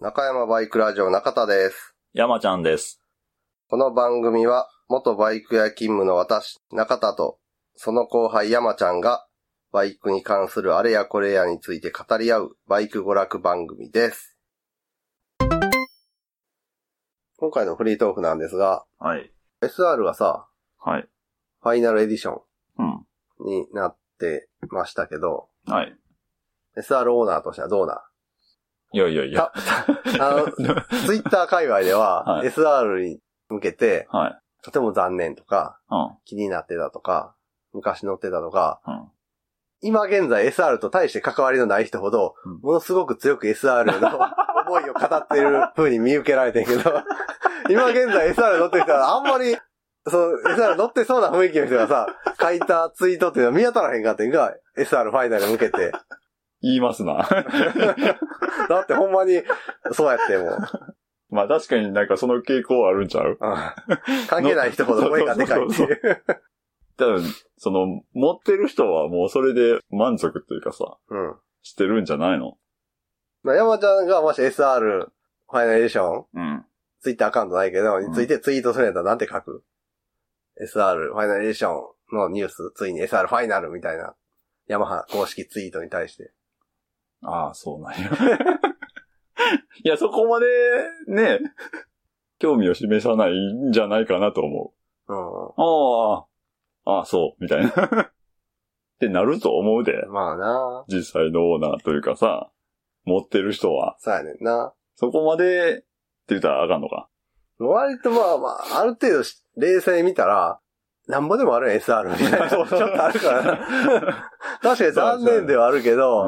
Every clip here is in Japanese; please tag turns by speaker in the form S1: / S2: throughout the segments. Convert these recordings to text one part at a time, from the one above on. S1: 中山バイクラジオ中田です。
S2: 山ちゃんです。
S1: この番組は、元バイク屋勤務の私、中田と、その後輩山ちゃんが、バイクに関するあれやこれやについて語り合う、バイク娯楽番組です。今回のフリートークなんですが、
S2: はい。
S1: SR がさ、
S2: はい。
S1: ファイナルエディショ
S2: うん。
S1: ンになってましたけど、
S2: はい。
S1: SR オーナーとしてはどうない
S2: やいやいや。
S1: あ の、ツイッター界隈では、
S2: はい
S1: SR に向けて、
S2: はい。
S1: とても残念とか、
S2: うん。
S1: 気になってたとか、昔乗ってたとか、
S2: うん
S1: 今現在 SR と対して関わりのない人ほど、
S2: うん
S1: ものすごく強く SR の思いを語っている風に見受けられてんけ ど、今現在 SR 乗ってる人はあんまり、その SR 乗ってそうな雰囲気の人がさ、書いたツイートっていうのは見当たらへんかったんが、SR ファイナルに向けて。
S2: 言いますな。
S1: だってほんまに、そうやってもう。
S2: まあ確かになんかその傾向はあるんちゃう
S1: うん関係ない人ほど声がでかいっていう。
S2: 多分、その、持ってる人はもうそれで満足というかさ、
S1: うん。
S2: してるんじゃないの
S1: まあ山ちゃんがもし SR ファイナルエディション、
S2: うん。
S1: ツイッターアカウントないけど、
S2: ん
S1: についてツイートするんやったらなんて書く ?SR ファイナルエディションのニュース、ついに SR ファイナルみたいな、ヤマハ公式ツイートに対して。
S2: ああ、そうなんや。 いや、そこまで、ね、興味を示さないんじゃないかなと思
S1: う
S2: う。ああ、ああ、そう、みたいな。 ってなると思うで。
S1: ん。まあな
S2: 実際のオーナーというかさ、持ってる人は。
S1: そうやねんな。
S2: そこまでって言ったらあかんのか。
S1: 割とまあまあ、ある程度し冷静に見たら、なんぼでもあるやん SR みたいな。 ちょっとあるからな。 確かに残念ではあるけど、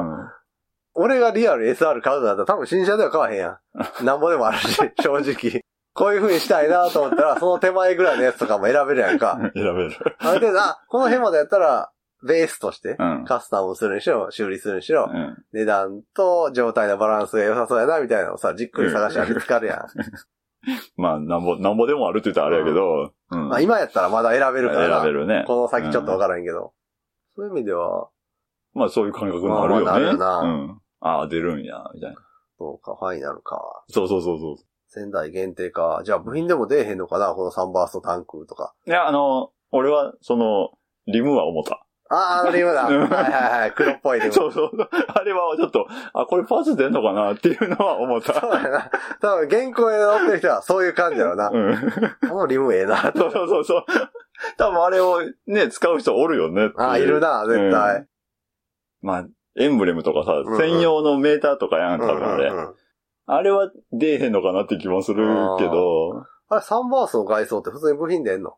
S1: 俺がリアル SR 買うのだったら多分新車では買わへんやん。なんぼでもあるし、正直。こういう風にしたいなと思ったら、その手前ぐらいのやつとかも選べるやんか。
S2: 選べる。
S1: ある程度、 あ、この辺までやったら、ベースとして
S2: う、ん。
S1: カスタムするにしろ、修理するにしろ、
S2: うん
S1: 値段と状態のバランスが良さそうやな、みたいなのをさ、じっくり探したら見つかるや
S2: まあ、なんぼ、なんぼでもあるって言ったらあれやけど、うん
S1: ん。
S2: ん。
S1: まあ今やったらまだ選べるから
S2: 選べ
S1: な。
S2: るね。
S1: この先ちょっとわからへんけど。そういう意味では、
S2: まあ、そういう感覚もあるよね。
S1: まあまあなるよな
S2: うん。ああ、出るんや、みたいな。
S1: そうか、ファイナルか。
S2: そうそうそうそ
S1: 仙台限定か。じゃあ部品でも出えへんのかな、このサンバーストタンクとか。
S2: う。いや、あの、俺は、その、リムは思った。
S1: あー、あのリムだ。は
S2: う
S1: い
S2: ん
S1: はいはい。黒っぽいリム。
S2: そうそう。あれはちょっと、あ、これパーツ出んのかなっていうのは思っ
S1: そう
S2: た。
S1: やな。多分、原稿で乗ってる人はそういう感じだろうな。
S2: うん。
S1: このリムええな。
S2: そうそうそうそう。多分あれをね、使う人おるよねってう。
S1: あー、いるな、絶対。
S2: まあ、エンブレムとかさ
S1: んうん、
S2: 専用のメーターとかやん、
S1: う
S2: 多
S1: んう
S2: 分あれ。
S1: んうん
S2: あれは出えへんのかなって気もするけど、
S1: あれ、サンバースの外装って普通に部品出んの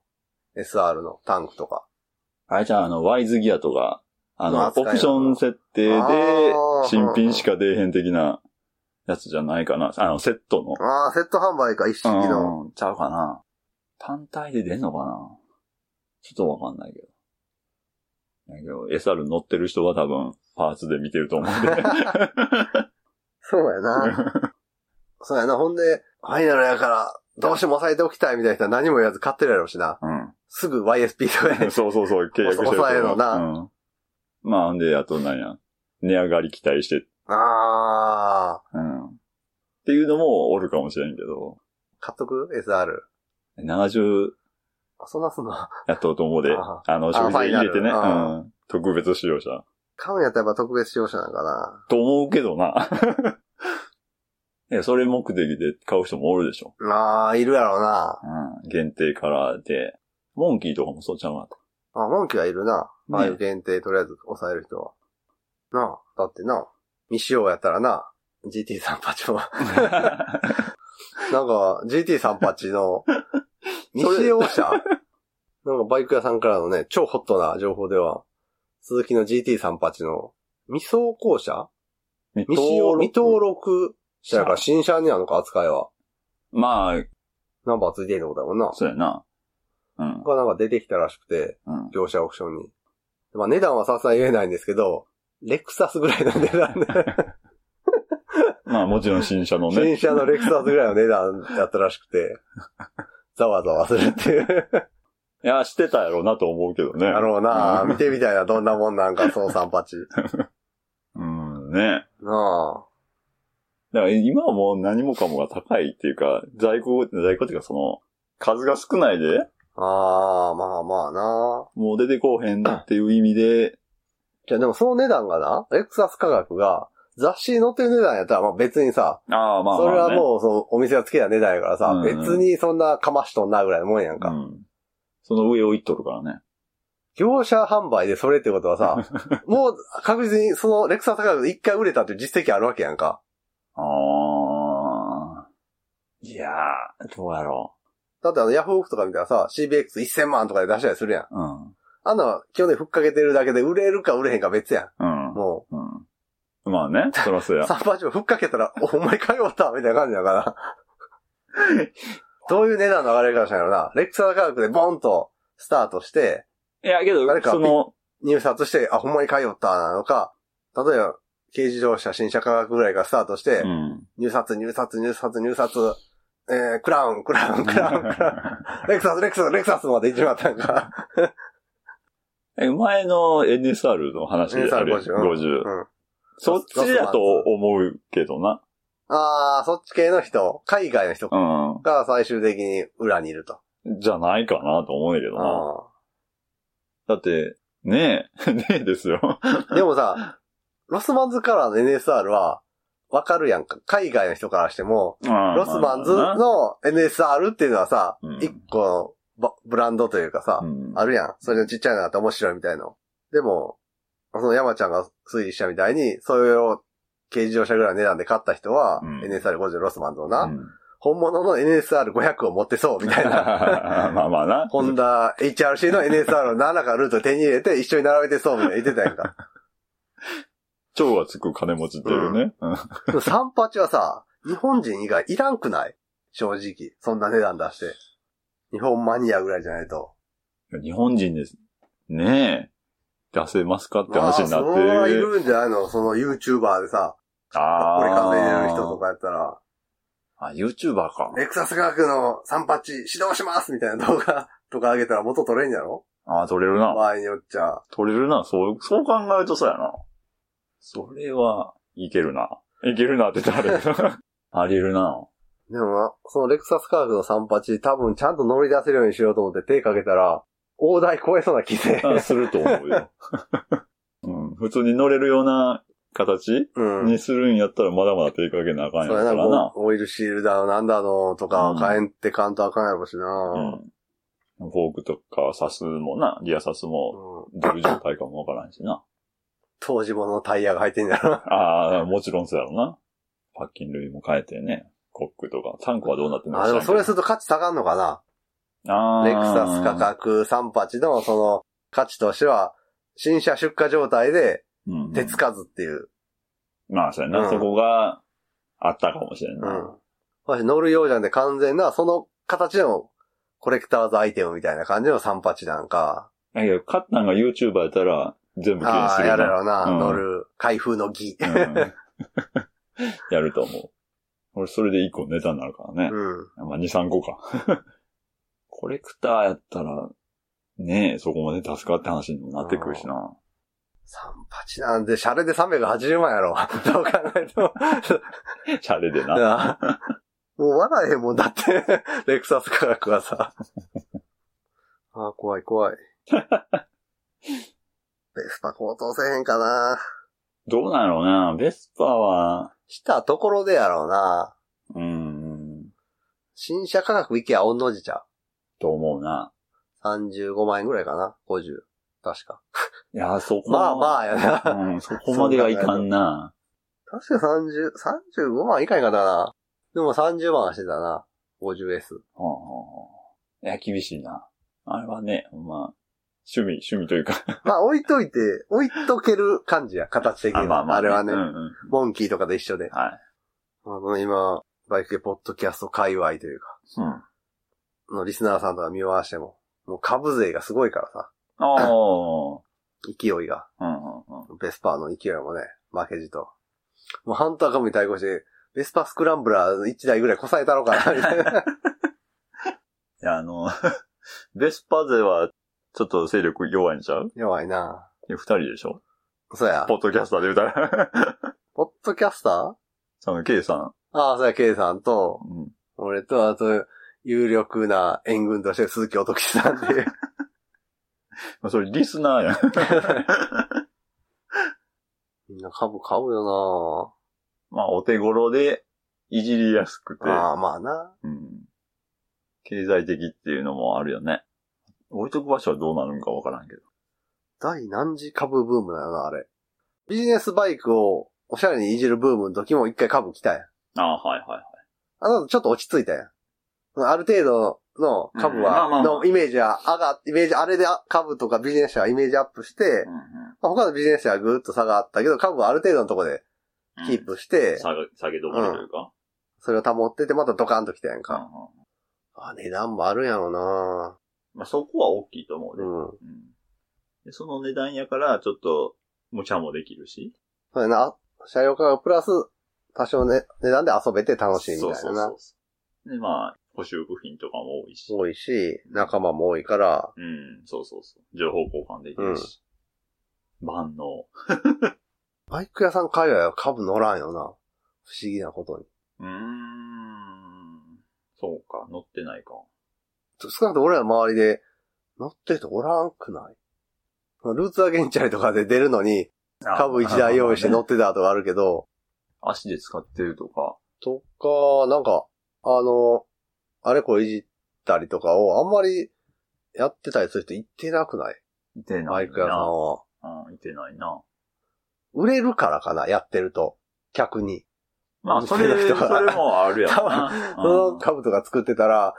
S1: ?SR のタンクとか。
S2: あれじゃあ、あの、ワイズギアとか、
S1: ま
S2: あ
S1: あ
S2: の、
S1: 扱い
S2: オ
S1: は
S2: プション設定
S1: あ
S2: で
S1: ー、
S2: 新品しか出えへん的なやつじゃないかな。あの、セットの。
S1: あー、セット販売か、一式の。
S2: うん、ちゃうかな。単体で出んのかなちょっとわかんないけど。だけど、SR 乗ってる人は多分、パーツで見てると思うんで。
S1: そうやな。 そうやな。ほんで、ファイナルやから、どうしても抑えておきたいみたいな人は何も言わず買ってるやろうしな。
S2: うん。
S1: すぐ YSP とかで。
S2: そうそうそう、契約してると思う。
S1: 抑えろな
S2: うん。まあ、んで、あとなんや、値上がり期待して、
S1: あー、
S2: うん。っていうのもおるかもしれんけど、
S1: 買っとく ?SR。
S2: 70
S1: あ、そんなすんの
S2: やったと思うで、
S1: あ
S2: あの、消費税入れてね、
S1: ファイナル
S2: う
S1: あ
S2: ん。特別使用者。
S1: 買うんやったらやっぱ特別使用者なんかな。
S2: と思うけどな。 いや、それ目的で買う人もおるでしょ。
S1: ああ、いるやろうな。
S2: うん。限定カラーで、モンキーとかもそうちゃうなと。
S1: あ、モンキーはいるな。
S2: ね
S1: ああいう限定とりあえず抑える人は。なあ、だってな、未使用やったらな、GT38 は。 なんか、GT38 の未使用車なんかバイク屋さんからのね、超ホットな情報では、鈴木の GT38 の未走行車
S2: 未
S1: 未使用、未登録車やから
S2: 車
S1: 新車になのか扱いは。
S2: まあ、
S1: ナンバーついてんのことだもんな。
S2: そうやな。うん。
S1: がなんか出てきたらしくて、
S2: うん。
S1: 業者オークションに。まあ値段はさすがに言えないんですけど、レクサスぐらいの値段で、
S2: まあ、もちろん新車のね。
S1: 新車のレクサスぐらいの値段だったらしくて、ざわざわするっていう。
S2: いや、してたやろうなと思うけどね。
S1: だろうな
S2: うん
S1: 見てみたいな、どんなもんなんか、そうさんパチ。
S2: うん、ね。
S1: なあ。
S2: だから今はもう何もかもが高いっていうか、在庫、在庫っていうかその、数が少ないで、
S1: ああ、まあまあな。
S2: もう出てこうへんっていう意味で、
S1: じゃあでもその値段がな、レクサス価格が雑誌に載ってる値段やったら、まあ別にさ、
S2: ああ、まあまあ、ね、
S1: それはもうそのお店がつけた値段やからさ、
S2: うんうん
S1: 別にそんなかましとんなぐらいのもんやんか。
S2: うん。その上をいっとるからね。
S1: 業者販売でそれってことは さ、もう確実にそのレクサス価格で一回売れたっていう実績あるわけやんか。
S2: ああ。いやー、どうやろ
S1: だってあのヤフオクとか見たらさ、CBX1000 万とかで出したりするやん。
S2: う。うん。
S1: あんなの基本でふっかけてるだけで売れるか売れへんか別や
S2: うん
S1: ん。。も
S2: うん。ま あね、そらそう
S1: う、
S2: や。
S1: サンパーチョふっかけたら、おお前買い終わったみたいな感じやから。どういう値段の上がり方したんやろな。レクサス価格でボンとスタートして、
S2: いや、けど
S1: 誰、か
S2: その、
S1: 入札して、あ、ほんまに買いよったなのか、例えば、軽自動車新車価格ぐらいからスタートして、
S2: うん。
S1: 入札、入札、入札、入札、えー、クラウン、クラウン、ク ラウン、クラウン、レクサス、レクサス、レクサスまで行っちまったんか。
S2: え、前の NSR の話であるやん
S1: NSR 50
S2: 50
S1: うん。
S2: そっちだと思うけどな。
S1: あー、そっち系の人、海外の人
S2: う
S1: が最終的に裏にいると。
S2: ん。じゃないかなと思うんだけどな。
S1: あ
S2: だって、ねえ、 ねえですよ。
S1: ーでもさ、ロスマンズカラーの NSR は、わかるやんか。海外の人からしても、ロ
S2: ロ
S1: スマンズの NSR っていうのはさ
S2: うん、
S1: 一個のばブランドというかさ、
S2: うん。
S1: あるやん。それのちっちゃいのあって面白いみたいの。でも、その山ちゃんが推理したみたいに、それを軽自動車ぐらいの値段で買った人は、
S2: うん
S1: NSR50 ロスマンズのな、
S2: うん
S1: 本物の NSR500 を持ってそうみたいな。
S2: まあまあな。
S1: ホンダ HRC の NSR を何らかルートを手に入れて一緒に並べてそうみたいな言ってたやんか。
S2: 蝶がつく金持ちっていうね。うん
S1: でもサンパチはさ、日本人以外いらんくない正直。そんな値段出して。日本マニアぐらいじゃないと。
S2: 日本人です。ねえ。出せますかって話になっ
S1: まあそれはい
S2: て。
S1: るんじゃないのその YouTuber でさ、
S2: あ
S1: これ数えれる人
S2: ー
S1: とかやったら、
S2: あ、YouTuber か。
S1: レクサス科学の三八指導しますみたいな動画 とか上げたら元取れんやろ
S2: ああ、取れるな。
S1: 場合によっちゃ。
S2: 取れるな。そう、そう考えるとそうやな。それは、いけるな。いけるなって誰 あり得るな。
S1: でもな、そのレクサス科学の三八多分ちゃんと乗り出せるようにしようと思って手かけたら、大台超えそうな気勢。
S2: あすると思 うよ。うん、普通に乗れるような形
S1: うん。
S2: にするんやったらまだまだ手かけなあかんや
S1: そうや
S2: か
S1: な、
S2: らな
S1: こ。うオイルシールだの、なんだの、とか、買えんってかんとあかんやろし
S2: う
S1: な。
S2: ん。フォークとかサスもな、リアサスも、
S1: うん。
S2: どういう状態かもわからんしな。
S1: 当時ものタイヤが入ってんじゃろ
S2: ああ、もちろんそうやろな。パッキン類も変えてね。コックとか。タンクはどうなってんの
S1: あ、でもそれ
S2: レク
S1: すると価値下がんのかなレクサス価
S2: か
S1: 格38のその価値としては、新車出荷状態で
S2: うん、
S1: 手つかずっていう。
S2: まあ、そうやな、
S1: うん
S2: そこがあったかもしれん
S1: う
S2: な。
S1: ん。私乗るようじゃんで完全な、その形のコレクターズアイテムみたいな感じの38なんか。
S2: だけど、カッタンが YouTuber やったら全部気に
S1: あ
S2: す
S1: あ、
S2: る
S1: や
S2: よ
S1: るやろな、
S2: うん
S1: 乗る。開封の儀。
S2: うん やると思う。俺、それで一個ネタになるからね。
S1: うん。
S2: まあ、2、3個か。 コレクターやったら、ねえ、そこまで助かって話にもなってくるしな。
S1: 38なんで、シャレで380万やろ。 どう考えても。
S2: シャレでな。
S1: なあもう笑えへんもんだ って。レクサス価格はさ。ああ、怖い怖 い。ベスパ高騰せえへんかな。
S2: どうなのなベスパは、
S1: したところでやろうな。
S2: うん、
S1: 新車価格いけやおんの字ちゃ
S2: と思うな。
S1: う。35万円ぐらいかな。50。確か。
S2: いや、そこ
S1: まあまあやな。
S2: あ、うん、そこまではいかんな。
S1: 確か30、35万以下になかったかな。でも30万はしてたな。50S。
S2: はあはあはあいや、厳しいな。あれはね、まあ、趣味、趣味というか。
S1: まあ置いといて、置いとける感じや、形的には。 あれはね、
S2: うんうん。
S1: モンキーとかで一緒で。
S2: はい。
S1: あの、今、バイク系ポッドキャスト界隈というか、
S2: うん。
S1: のリスナーさんとか見回しても、もう株税がすごいからさ、
S2: ああ。
S1: 勢いが、
S2: うんうんうん。
S1: ベスパーの勢いもね、負けじと。もうハンター株に対抗して、ベスパースクランブラー1台ぐらいこさえたろうかな、みたいな。
S2: いや、あの、 ベスパ勢は、ちょっと勢力弱いんちゃう
S1: 弱いな
S2: え二人でしょ
S1: そうや。
S2: ポッドキャスターで言うたら。
S1: ポッドキャスター
S2: その K さ
S1: ああ、それは K さんと、
S2: ん。うん。
S1: 俺と、あと、有力な援軍として鈴木おときさんで、
S2: まあ、それリスナーやん。
S1: みんな株買うよ
S2: まあ、お手頃で、いじりやすくて
S1: な、ああ、まあな。
S2: うん。経済的っていうのもあるよね。置いとく場所はどうなるんかわからんけど。
S1: 第何次株ブームだよな、あれ。ビジネスバイクをおしゃれにいじるブームの時も一回株来たやん。
S2: ああ、はいはいはい。
S1: あの、ちょっと落ち着いたやん。ある程度の株
S2: うんまあま
S1: は、
S2: あ
S1: のイメージは上がっイメージ、あれで株とかビジネス社はイメージアップして、まあ他のビジネス社はぐーっと下があったけど、株はある程度のとこでキープして、
S2: 下げ、下げ止まりというか。
S1: それを保ってて、またドカンと来たやん
S2: うん
S1: か。
S2: うん
S1: あ、値段もあるんやろな
S2: まあ、そこは大きいと思うね。
S1: うん。
S2: うんでその値段やから、ちょっと、無茶もできるし。
S1: そうやな。車両価格プラス、多少ね、値段で遊べて楽しいみたい
S2: そう
S1: な
S2: そう
S1: な
S2: そう。そう。で、まあ、補修部品とかも多いし。
S1: 多いし、仲間も多いから、
S2: うん、そうそうそう。情報交換できるし。万能。
S1: バイク屋さん界隈は株乗らんよな。不思議なことに。
S2: うーん。そうか、乗ってないか。
S1: 少なくとも俺らの周りで乗ってる人おらんくないルーツアゲンチャリとかで出るのに、 株一台用意して乗ってたとかあるけど、
S2: 足で使ってるとか。
S1: とか、なんか、あの、あれこれいじったりとかをあんまりやってたりする人いてなくない
S2: いて
S1: バ
S2: ない
S1: イク屋さん
S2: な。
S1: は。
S2: うん、いてないな。
S1: 売れるからかな、やってると。客に。
S2: まあ、それ、
S1: 見て
S2: そ
S1: る人は
S2: れもあるやろな。
S1: その
S2: うん
S1: 株とか作ってたら、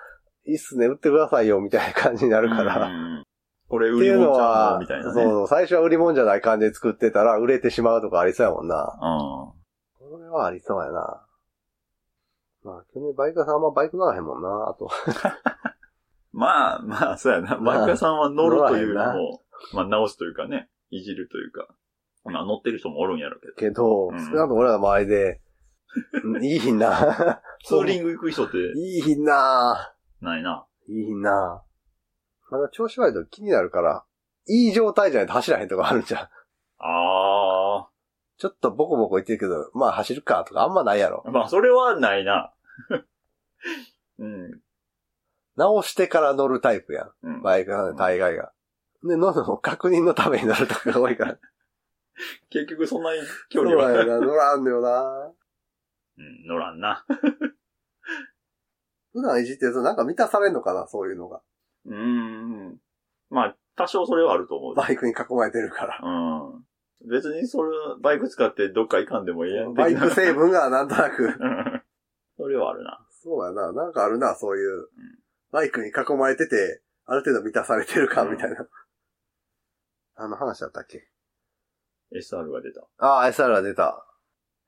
S1: いいっすね、売ってくださいよ、みたいな感じになるか
S2: う
S1: ら。
S2: んうんこれ
S1: っ
S2: 売
S1: て
S2: り
S1: いう
S2: 物
S1: の
S2: ちゃうの
S1: は、
S2: みたいなね。
S1: そう、最初は売り物じゃない感じで作ってたら、売れてしまうとかありそうやもんな。
S2: うん。
S1: これはありそうやな。まあ、去年バイク屋さんあんまバイクならへんもんな、あと。
S2: まあまあ、そうやな。
S1: まあ
S2: マイク屋さんは乗るという
S1: 乗らへ
S2: の
S1: ん
S2: も、まあ直すというかね、いじるというか。まあ乗ってる人もおるんやろうけ
S1: け
S2: ど。
S1: ど、少
S2: うん
S1: なくとも俺らの周り で、うんいいひんな。
S2: ツーリング行く人って
S1: いいひんな。
S2: ないな。
S1: いいひんな。まだ調子悪いと気になるから、いい状態じゃないと走らへんとかあるじゃん。
S2: あ
S1: ちょっとボコボコ言ってるけど、まあ走るかとかあんまないやろ。
S2: あ。まあそれはないな。 うん。
S1: 直してから乗るタイプやん。
S2: うん
S1: バイクなんで大概が。で、乗るのも確認のために乗るとかが多い から。
S2: 結局そんなに距
S1: そう
S2: 離は。
S1: やな、乗らんのよな。
S2: うん、乗らんな。
S1: 普段いじってるとなんか満たされんのかな、そういうのが。
S2: うん。まあ、多少それはあると思う。
S1: バイクに囲まれてるから。
S2: うん。別にそれ、バイク使ってどっか行かんでもいいやん。
S1: バイ
S2: 的
S1: ク成分がなんとなく。
S2: なうん それはあるな。
S1: そうやな、なんかあるな、そういう。バイクに囲まれてて、ある程度満たされてるか、みたいな。あの話だったっけ
S2: SR が出た。
S1: ああ、SR が出た。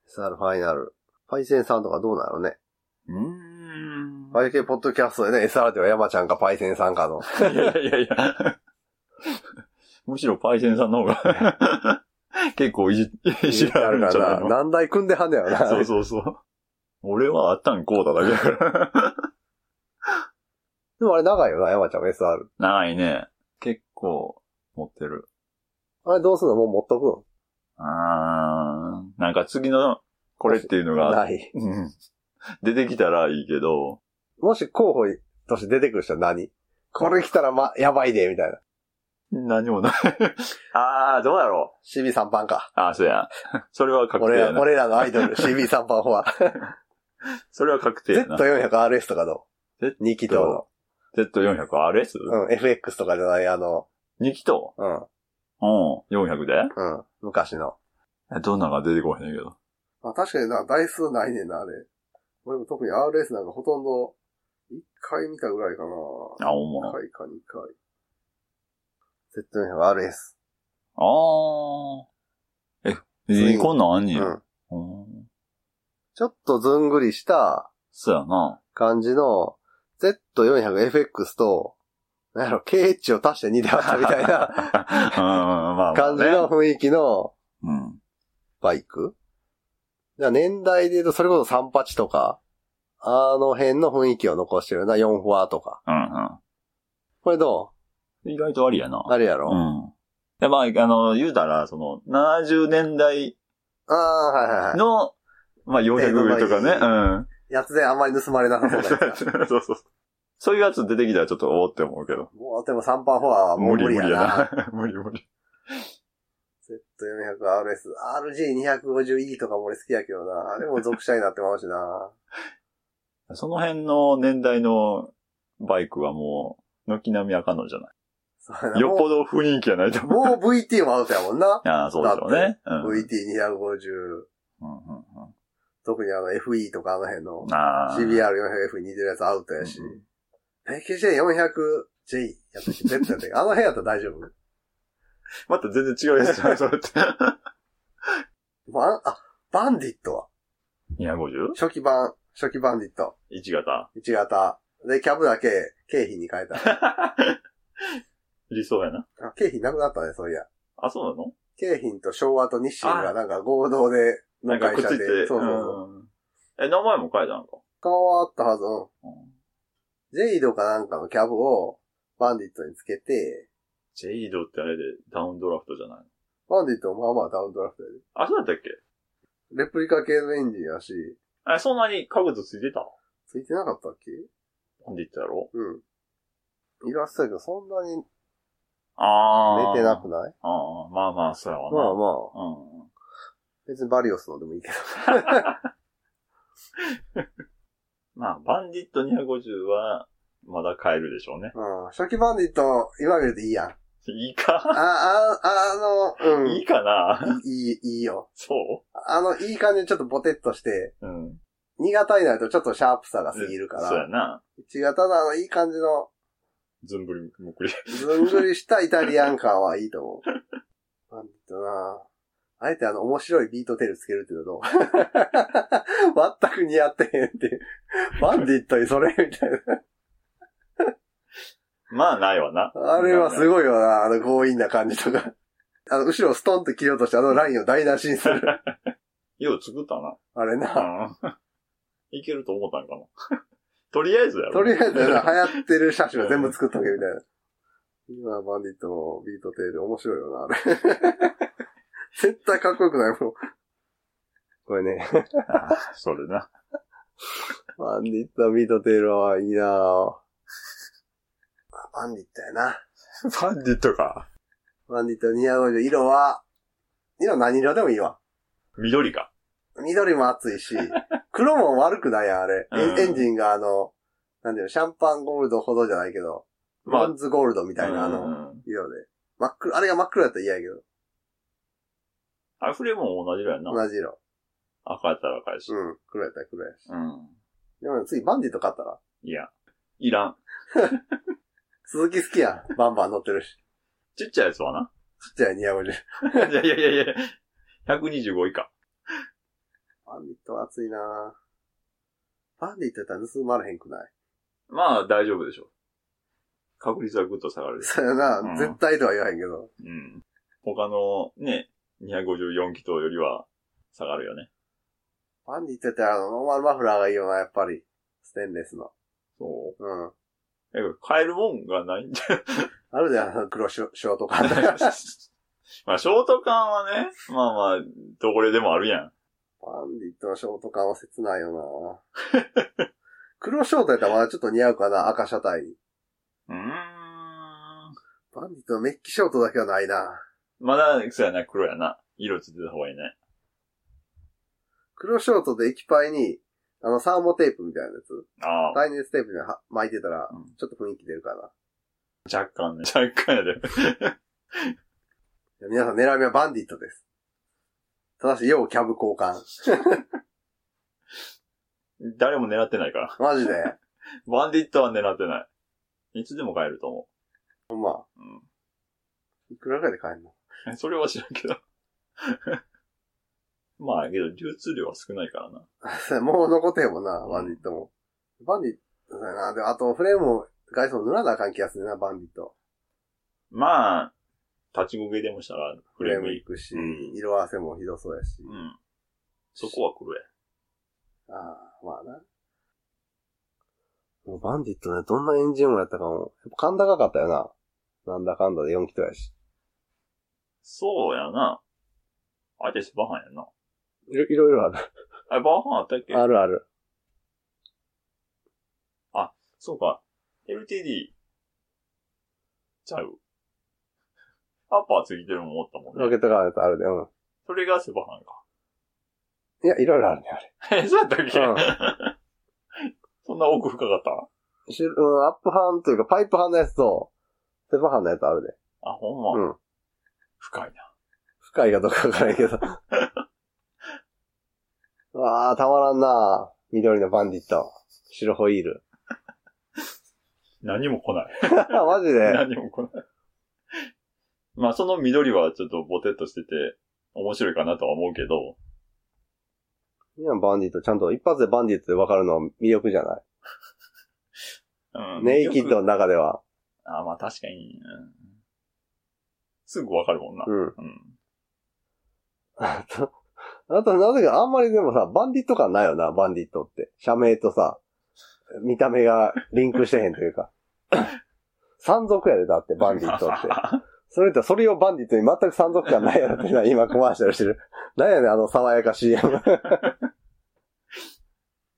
S1: SR ファイナル。パイセンさんとかどうなのね。
S2: うん
S1: バイケポッドキャストでね、SR では山ちゃんかパイセンさんかの。
S2: いやいやいや。むしろパイセンさんの方が 結構いじ、いじられるんじゃないの
S1: 何台組んではんねやろな。
S2: そうそうそう。俺はあったんこうだだけだ から。
S1: でもあれ長いよな、山ちゃんも SR。
S2: ないね。結構持ってる。
S1: あれどうすんのもう持っとく
S2: あーなんか次のこれっていうの
S1: ん
S2: が、
S1: ない。
S2: うん出てきたらいいけど、
S1: もし候補として出てくる人は何これ来たらま、やばいで、みたいな。
S2: 何 もない。ああ、どうだろ
S1: CB3 番か。
S2: う。ああ、そうや。それは確定
S1: 俺
S2: や
S1: ら、
S2: な。
S1: 俺らのアイド ル、CB3 番は。
S2: それは確定やな。
S1: Z400RS とかどう
S2: Z-
S1: ?2 気筒の。
S2: Z400RS?
S1: うん、FX とかじゃない、あの、
S2: 2気筒
S1: うん、
S2: うん。400で
S1: うん、昔の。
S2: えどんなんが出てこへんねんけど。
S1: あ、確かにな、台数ないねんな、あれ。俺も特に RS なんかほとんど、1回見たぐらいかな。
S2: あ、おも
S1: 1
S2: ろ。
S1: 回か2回。Z400RS。
S2: あー。え、
S1: そう
S2: え
S1: いう
S2: こんなんあんねや。
S1: うん。
S2: うん。
S1: ちょっとずんぐりした
S2: そうやな。
S1: 感じの Z400FX と、なんやろ、KH を足して2で割ったみ たいな
S2: うん、まあ。
S1: 感じの。雰囲気の
S2: うん。
S1: バイクだから年代で言うと、それこそ38とか、あの辺の雰囲気を残してるな、4フォアとか。
S2: うん、
S1: これど
S2: うん。意外とありやな
S1: う。あれや
S2: う
S1: ろ、
S2: ん。で、まあ、あの、言うたら、その、70年代
S1: ああ、はいはいはい。
S2: の、まあ400上とかね。
S1: 程度
S2: うん。
S1: やつであんまり盗まれなさそうだやつ
S2: そうそうそう。そういうやつ出てきたらちょっとおおって思うけど。
S1: もう、でも3パンフォアはもう無理やな。。
S2: 無理無理。
S1: Z400RS、RG250E とかも俺好きやけどな。あれも属車になってまうしな。
S2: その辺の年代のバイクはもう、軒並みあかんのじゃな。
S1: そうやない
S2: よっぽど不人気やないと。
S1: もうもう VT もアウトやもんな。
S2: ああ、そうでしょうね。うん。うん
S1: VT250。
S2: うん
S1: 特にあの FE とかあの辺の
S2: うん、ああ。
S1: CBR400F に似てるやつアウトやし
S2: うんうん。
S1: PKJ400J やったし、Z やったっけあの辺やったら大丈夫。
S2: また全然違うやつじゃない、それって。
S1: バン、あ、バンディットは。
S2: 250?1
S1: 初期版、初期バンディット。
S2: 型。
S1: 1型。で、キャブだけ、経費に変え た。
S2: 理想やな。
S1: あ経費なくなったね、そういや。
S2: あ、そうなの
S1: 京浜と昭和と日清がなんか合同で、
S2: なんかくっついて。
S1: で。そうそうそう。
S2: うんえ、名前も変えたんか。
S1: 変わったはず。
S2: うん
S1: ジェイドかなんかのキャブをバンディットにつけて、
S2: ジェイドってあれでダウンドラフトじゃないの
S1: バンディットもまあまあダウンドラフトや
S2: あ、そうだったっけ
S1: で。レプリカ系のエンジンやし、
S2: え、そんなに家具とついてた
S1: ついてなかったっけ
S2: なんで言ったやろ
S1: うん。イラストやけど、そんなに
S2: ああ。
S1: 出てなくない
S2: ああ、まあまあ、そうやわな。
S1: まあまあ、
S2: うん。
S1: 別にバリオスのでもいいけど。
S2: まあ、バンディット250は、まだ買えるでしょうね。
S1: うん。初期バンディット、今見るといいやん。
S2: いい
S1: あ、
S2: か、
S1: あ、ああの、うん。
S2: いいかない
S1: い、いいよ。
S2: そ
S1: あの、いい感じでちょっとボテッとして、
S2: ううん。
S1: 2型になるとちょっとシャープさが過ぎるか
S2: そう
S1: ら
S2: や、な。
S1: 1型のあの、いい感じの、
S2: ずんぶりむくり。
S1: ずんぐりしたイタリアン感はいいと思う。なんだなあえてあの、面白いビートテールつけるっていうのどう 全く似合ってへんっていう。バンディットにそれみたい
S2: まあ、ないわな。
S1: な。あれはす
S2: い。
S1: ごいよな、あの強引な感じとか。あの、後ろをストンって切り落としてあのラインを台無しにする。
S2: よう作ったな。
S1: あれな。
S2: うん。いけると思ったんかな。 とりあえずやろ。
S1: とりあえずな、流行ってる車種は全部作っとけみたいな。今、バンディットのビートテール面白いよな、あれ。絶対かっこよくないもん。これね、
S2: ああ それな。
S1: バンディット、ミートテールはいいなぁ。バンディットやな。
S2: バンディットか。
S1: バンディット250。色は、色何色でもいいわ。
S2: 緑か。
S1: 緑も熱 いし、黒も悪くないやん、あれ。エ
S2: うん
S1: エンジンがあの、なんていうの、シャンパンゴールドほどじゃないけど、ブ
S2: まあ
S1: ロンズゴールドみたいな、あ
S2: う
S1: の、
S2: ん。
S1: 色で。真っ黒、あれが真っ黒だったら嫌やけど、
S2: あ、フレームも同じだよな。
S1: 同じ色。
S2: 赤やったら赤いし。
S1: うん、黒やったら黒やし。
S2: うん。
S1: でも次バンディット買ったら、
S2: いや。いらん。
S1: 鈴木好きやん。バンバン乗ってるし。
S2: ちっちゃいやつはな。
S1: ちっちゃい250。
S2: いやいやいやいや、125以下。
S1: バンディットは熱いなぁ。バンディットやったら盗まれへんくない
S2: まあ大丈夫でしょう。確率はぐっと下がるでしょ
S1: そうやな、
S2: うん
S1: 絶対とは言わへんけど。
S2: う。うん。他のね、254気筒よりは下がるよね。
S1: バンディットやってあの、ノーマルマフラーがいいよな、やっぱり。ステンレスの。
S2: そう。
S1: うん。
S2: え、買えるもんがないんじゃ。
S1: あるじゃん、あの黒ショショートカ ット。
S2: まあ、ショート缶はね、まあまあ、どこででもあるやん。
S1: バンディットのショートカは切ないよな 黒ショートやったらまだちょっと似合うかな、赤車体に。
S2: うーん。
S1: バンディットのメッキショートだけはないな
S2: まだ、そうやな、黒やな。色ついてた方がいいね。
S1: 黒ショートで液パイに、あの、サーモテープみたいなやつ。
S2: ああ。
S1: 耐熱テープには巻いてたら
S2: うん、
S1: ちょっと雰囲気出るかな。
S2: 若干ね。若干やで。
S1: いや皆さん狙い目はバンディットです。ただし、要キャブ交換。
S2: 誰も狙ってないから。
S1: マ ジで。
S2: バンディットは狙ってない。いつでも買えると思う。
S1: ほんま。
S2: うん
S1: いくらぐらいで買えるの
S2: え それは知らんけど。まあ、けど、流通量は少ないから な。
S1: もう残ってへんもんな、
S2: うん
S1: バンディットも。バンディットだよな。で、あとフレームも外装塗らなあかん気がするな、バンディット。
S2: まあ、立ちこげでもしたら、フ
S1: フ
S2: レ
S1: レ
S2: ー
S1: ー
S2: ム
S1: ム
S2: い
S1: 行くし、
S2: うん
S1: 色合わせもひどそうやし。
S2: うん。そこは黒や。
S1: ああ、まあな。もうバンディットね、どんなエンジンもやったかも。やっぱ甲高かったよな。なんだかんだで4気筒やし。
S2: そうやな。あえてスパハンやな。
S1: いろいろある。
S2: あれ、バーファンあったっけ
S1: あるある。
S2: そうか。LTD。ちゃう。アッパーついてるもんおったもん
S1: ロ
S2: ね。
S1: ケットガーネットあるで、うん。
S2: それがセバハンか。
S1: いや、いろいろあるね、あ れ。
S2: え、そうやったっけ、
S1: うん
S2: そんな奥深かった
S1: しゅうん、アップハンというか、パイプハンのやつと、セパハンのやつあるで。
S2: あ、ほんま。
S1: うん
S2: 深いな。
S1: 深いかどうかわからないけ ど。わあ、たまらんな緑のバンディット。白ホイール。
S2: 何も来ない。
S1: マジで。
S2: 何も来ない。まあ、その緑はちょっとボテっとしてて、面白いかなとは思うけど、
S1: 今バンディット、ちゃんと一発でバンディットでわかるのは魅力じゃない、
S2: うん。
S1: ネイキッド
S2: よ
S1: の中では。
S2: くあ、まあ確かに、うんすぐわかるもんな。
S1: うん。
S2: うん。
S1: あと、あとなぜかあんまりでもさ、バンディット感ないよな、バンディットって。社名とさ、見た目がリンクしてへんというか。 山賊やで、だって、バンディット って。それとそれをバンディットに全く山賊感ないやろってな、今コマーシャルしてる。なんやねん、あの爽やか CM。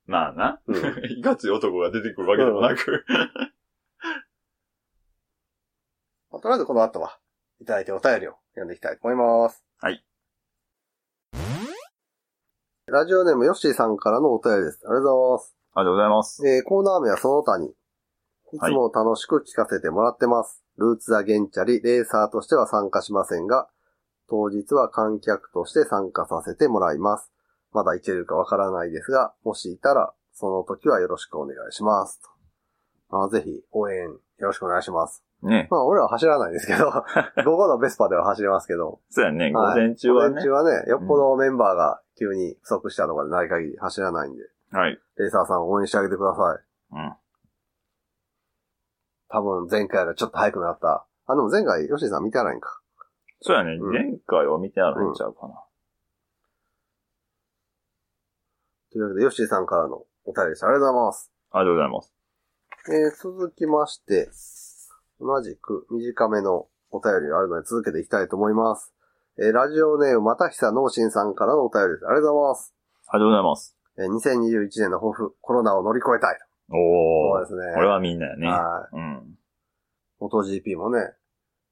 S2: まあな。
S1: うん
S2: いかつい男が出てくるわけでもなく、
S1: まあとりあえずこの後は、いただいてお便りを読んでいきたいと思います。
S2: はい。
S1: ラジオネームヨッシーさんからのお便りです。ありがとうございます。
S2: ありがとうございます。
S1: えー、コーナー名はその他に。い
S2: はい
S1: つも楽しく聞かせてもらってます。ルーツ・ザ・ゲンチャリ、レーサーとしては参加しませんが、当日は観客として参加させてもらいます。まだ行けるかわからないですが、もしいたら、その時はよろしくお願いします。とまあ、ぜひ、応援、よろしくお願いします。
S2: ね。
S1: まあ、俺は走らないですけ ど、午後のベスパでは走れますけど、
S2: そうやね。午
S1: はい
S2: 前中は
S1: 午前
S2: ね
S1: 中。はね、よっぽどメンバーが急に不足したとかでない限り走らないんで、
S2: はい。
S1: レーサーさん応援してあげてください。
S2: うん。
S1: 多分前回よりちょっと速くなった。あ、でも前回、ヨシさん見てないんか。
S2: そうやね。
S1: うん
S2: 前回は見てあるんちゃうかな。
S1: というわけで、ヨシさんからのお便りでした。ありがとうございます。
S2: ありがとうございます。
S1: えー、続きまして、同じく短めのお便りがあるので続けていきたいと思います。えー、ラジオネーム、またひさのうしんさんからのお便りです。ありがとうございます。
S2: ありがとうございます。
S1: えー、2021年の抱負、コロナを乗り越えたい。
S2: お
S1: そう
S2: お
S1: で。すね。
S2: これはみんなやね。
S1: は
S2: うん。
S1: い。MotoGP もね、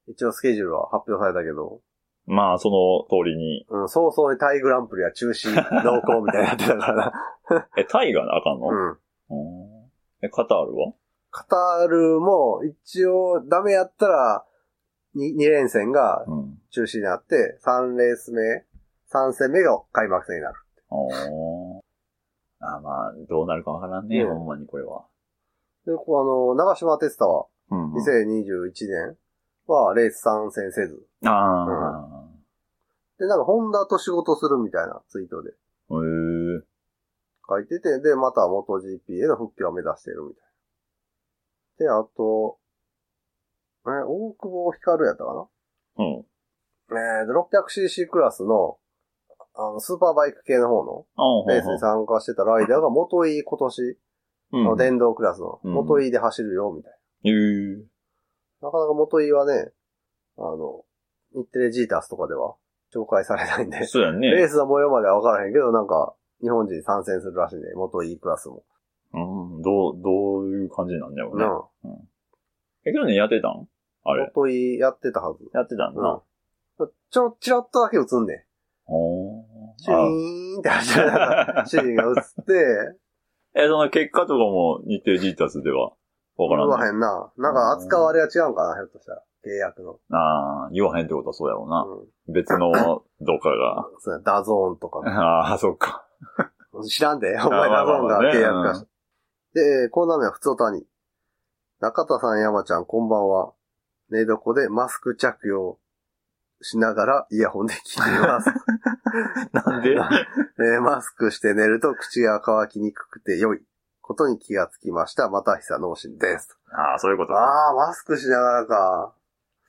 S1: 一応スケジュールは発表されたけど、
S2: まあ、その通りに。
S1: うん、早々にタイグランプリは中止、濃厚みたいになってたから な。
S2: え、タイがなあかんの、
S1: うん。
S2: うんえ、カタールは
S1: カタールも一応ダメやったら、2, 二連戦が
S2: うん。
S1: 中止になって、3レース目、3戦目が開幕戦になる。
S2: おーあまあ、どうなるかわからんね。
S1: うん
S2: ほんまにこれは。
S1: で、こうあの、長島哲太は、
S2: うんうん。
S1: 2021年はレース参戦せず、
S2: あ
S1: で、なんかホンダと仕事するみたいなツイートで
S2: あ。へえ。
S1: 書いてて、で、また MotoGP への復帰を目指しているみたいな。で、あと、え、大久保光やったかな
S2: うん。
S1: えーで、600cc クラスの、あの、スーパーバイク系の方の
S2: ああ、ほんほん
S1: レースに参加してたライダーが元井今年の
S2: うん。
S1: 電動クラスの
S2: うん
S1: 元井で走るよ、みたい
S2: へー
S1: な。なかなか元井はね、あの、日テレジータスとかでは紹介されないんで、
S2: そうやね。
S1: レースの模様までは分からへんけど、なんか、日本人参戦するらしいね、元井クラスも。
S2: うん、どう、どういう感じなんだろうね
S1: な。あ
S2: え、去年やってたんあれ。
S1: 元井やってたはず。
S2: やってたんだな。
S1: うん。ちょ、ちらっとだけ映んねん。
S2: お
S1: シ
S2: ー
S1: ュ
S2: あ
S1: イーンって走るなんかシーンが映って、
S2: え、その結果とかも日程ジータスではわから
S1: 言
S2: んの。
S1: わへんな。なんか扱われは違うんかな、ひょっとしたら。契約の。
S2: ああ、言わへんってことはそうやろうな。
S1: うん。
S2: 別のどっか が。
S1: そうやダゾーンと か。
S2: ああ、そっか。
S1: 知らんで。お
S2: ま
S1: 前
S2: あま
S1: ダ
S2: あ
S1: ゾーン
S2: ま
S1: が
S2: あね
S1: 契約化しで、えーコーナー名は普通谷。中田さん、山ちゃん、こんばんは。寝床でマスク着用しながらイヤホンで聞いてい ます。
S2: なんで
S1: えーマスクして寝ると口が乾きにくくて良いことに気がつきました。また久農心です。
S2: ああ、そういうことか。
S1: ああ、マスクしながらか。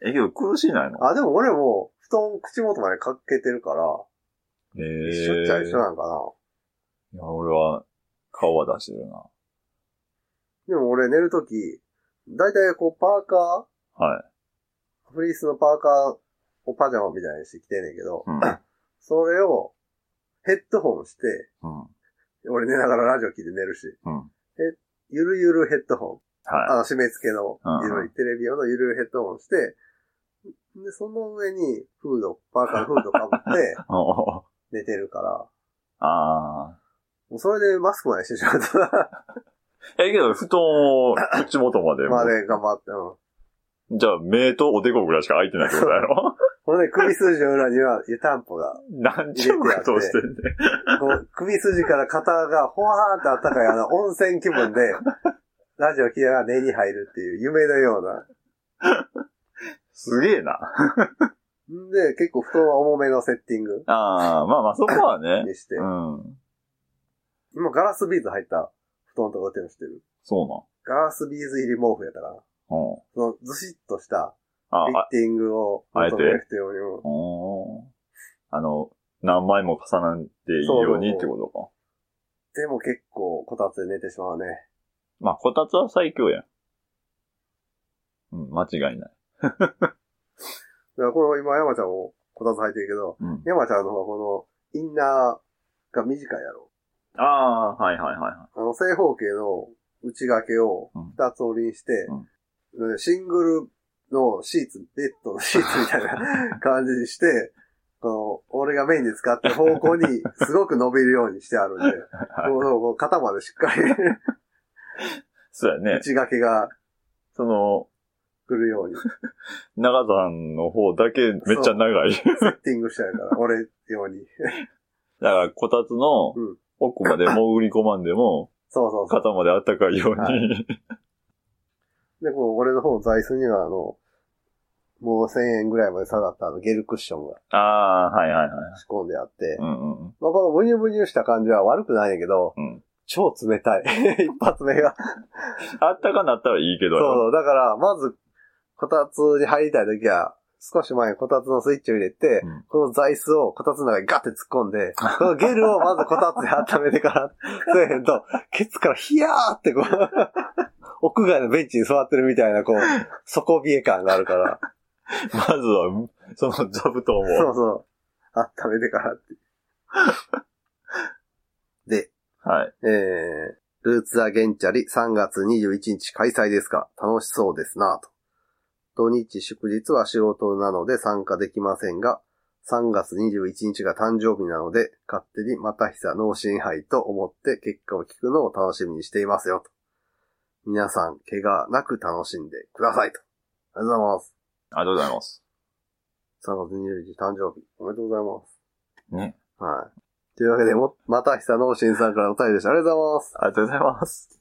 S2: え、けど苦しいないの
S1: あ、でも俺も布団口元までかけてるから、
S2: ええ。
S1: 一緒っちゃ一緒なんかな。
S2: いや、俺は顔は出してるな。
S1: でも俺寝るとき、だいたいこうパーカ
S2: はい。
S1: ー、フリースのパーカーをパジャマみたいにして着てんねんけど、
S2: うん
S1: それをヘッドホンして、
S2: うん。
S1: 俺寝ながらラジオ聞いて寝るし。
S2: うん
S1: え、ゆるゆるヘッドホン。あ
S2: は
S1: の、締め付けの
S2: うんうん
S1: 緩い、テレビ用のゆるヘッドホンして、で、その上にフード、パーカーフードかぶって
S2: い。おー
S1: 寝てるから、
S2: あ
S1: もうそれでマスクまでしてしまった ら、
S2: ー。え、けど、布団を口元まで。
S1: まあね、頑張って、うん。
S2: じゃあ、目とおでこぐらいしか開いてないってことだろ
S1: ほんで、首筋の裏には湯たんぽが、
S2: 何ちゅうことをしてんねん。
S1: こう首筋から肩がほわーってあったかい、あの、温泉気分 で、ラジオ聞きながら寝に入るっていう夢のような。
S2: すげえな。
S1: んで、結構布団は重めのセッティング
S2: ああ、まあまあ、そこはね。
S1: にして
S2: う、ん。
S1: 今ガラスビーズ入った布団とか売ってるの知ってる。
S2: そ
S1: ガラスビーズ入り毛布やったかな。
S2: うなん。うん。
S1: そのずしっとした
S2: あ
S1: フィッ
S2: あ、
S1: ティングを求める人よりも、
S2: おーあの、何枚も重なっていいようにってことか。
S1: でも結構こたつで寝てしまうね。
S2: まあ、こたつは最強やん。うん、間違いない。
S1: だからこの今山ちゃんもこたつ入ってるけど、
S2: うん。
S1: 山ちゃんの方はこのインナーが短いやろ。
S2: ああー、はいはいはいは
S1: あの正方形の内掛けを二つ折りにして、でシングルのシーツ、ベッドのシーツみたいな 感じにして、この、俺がメインで使ってる方向にすごく伸びるようにしてあるんで、
S2: い。 はい、
S1: このこう肩までしっかり 内
S2: そうやね。
S1: 掛けが
S2: その、
S1: 来るように。
S2: 長さんの方だけめっちゃ長 い。だか
S1: セッティングしたやから、俺用に。
S2: ら、こたつの
S1: うん
S2: 奥まで潜り込まんでも、
S1: そうそうそう。
S2: 肩まであったかいように。
S1: はで、こう、俺の方の座椅子には、あの、もう1000円ぐらいまで下がったあのゲルクッションが
S2: あ あ、はいはいはい。
S1: 仕込んであって、
S2: うんうんうん。
S1: まあ、このブニュブニュした感じは悪くないんやけど、
S2: うん
S1: 超冷たい。 一発目が。
S2: あったかなったらいいけど
S1: そう
S2: よ。
S1: そう。だから、まず、こたつに入りたいときは、少し前にこたつのスイッチを入れて、
S2: うん
S1: この座椅子をこたつの中にガッて突っ込ん で、このゲルをまずこたつで温めてから、そうやへんと、ケツからヒヤーってこう、 屋外のベンチに座ってるみたいな、こう、底冷え感があるから、
S2: まずは、その座布団
S1: そ
S2: を。
S1: うそう、温めてからって。で、
S2: はい。
S1: えー、ルーツアゲンチャリ3月21日開催ですか楽しそうですなぁと。土日祝日は仕事なので参加できませんが、3月21日が誕生日なので、勝手にまた久脳神杯と思って結果を聞くのを楽しみにしていますよと。皆さん、怪我なく楽しんでくださいと。ありがとうございます。
S2: ありがとうございます。
S1: 3月21日誕生日。おめでとうございます。
S2: ね。
S1: はい。というわけで、も、また久脳神さんからお便りでした。ありがとうございます。
S2: ありがとうございます。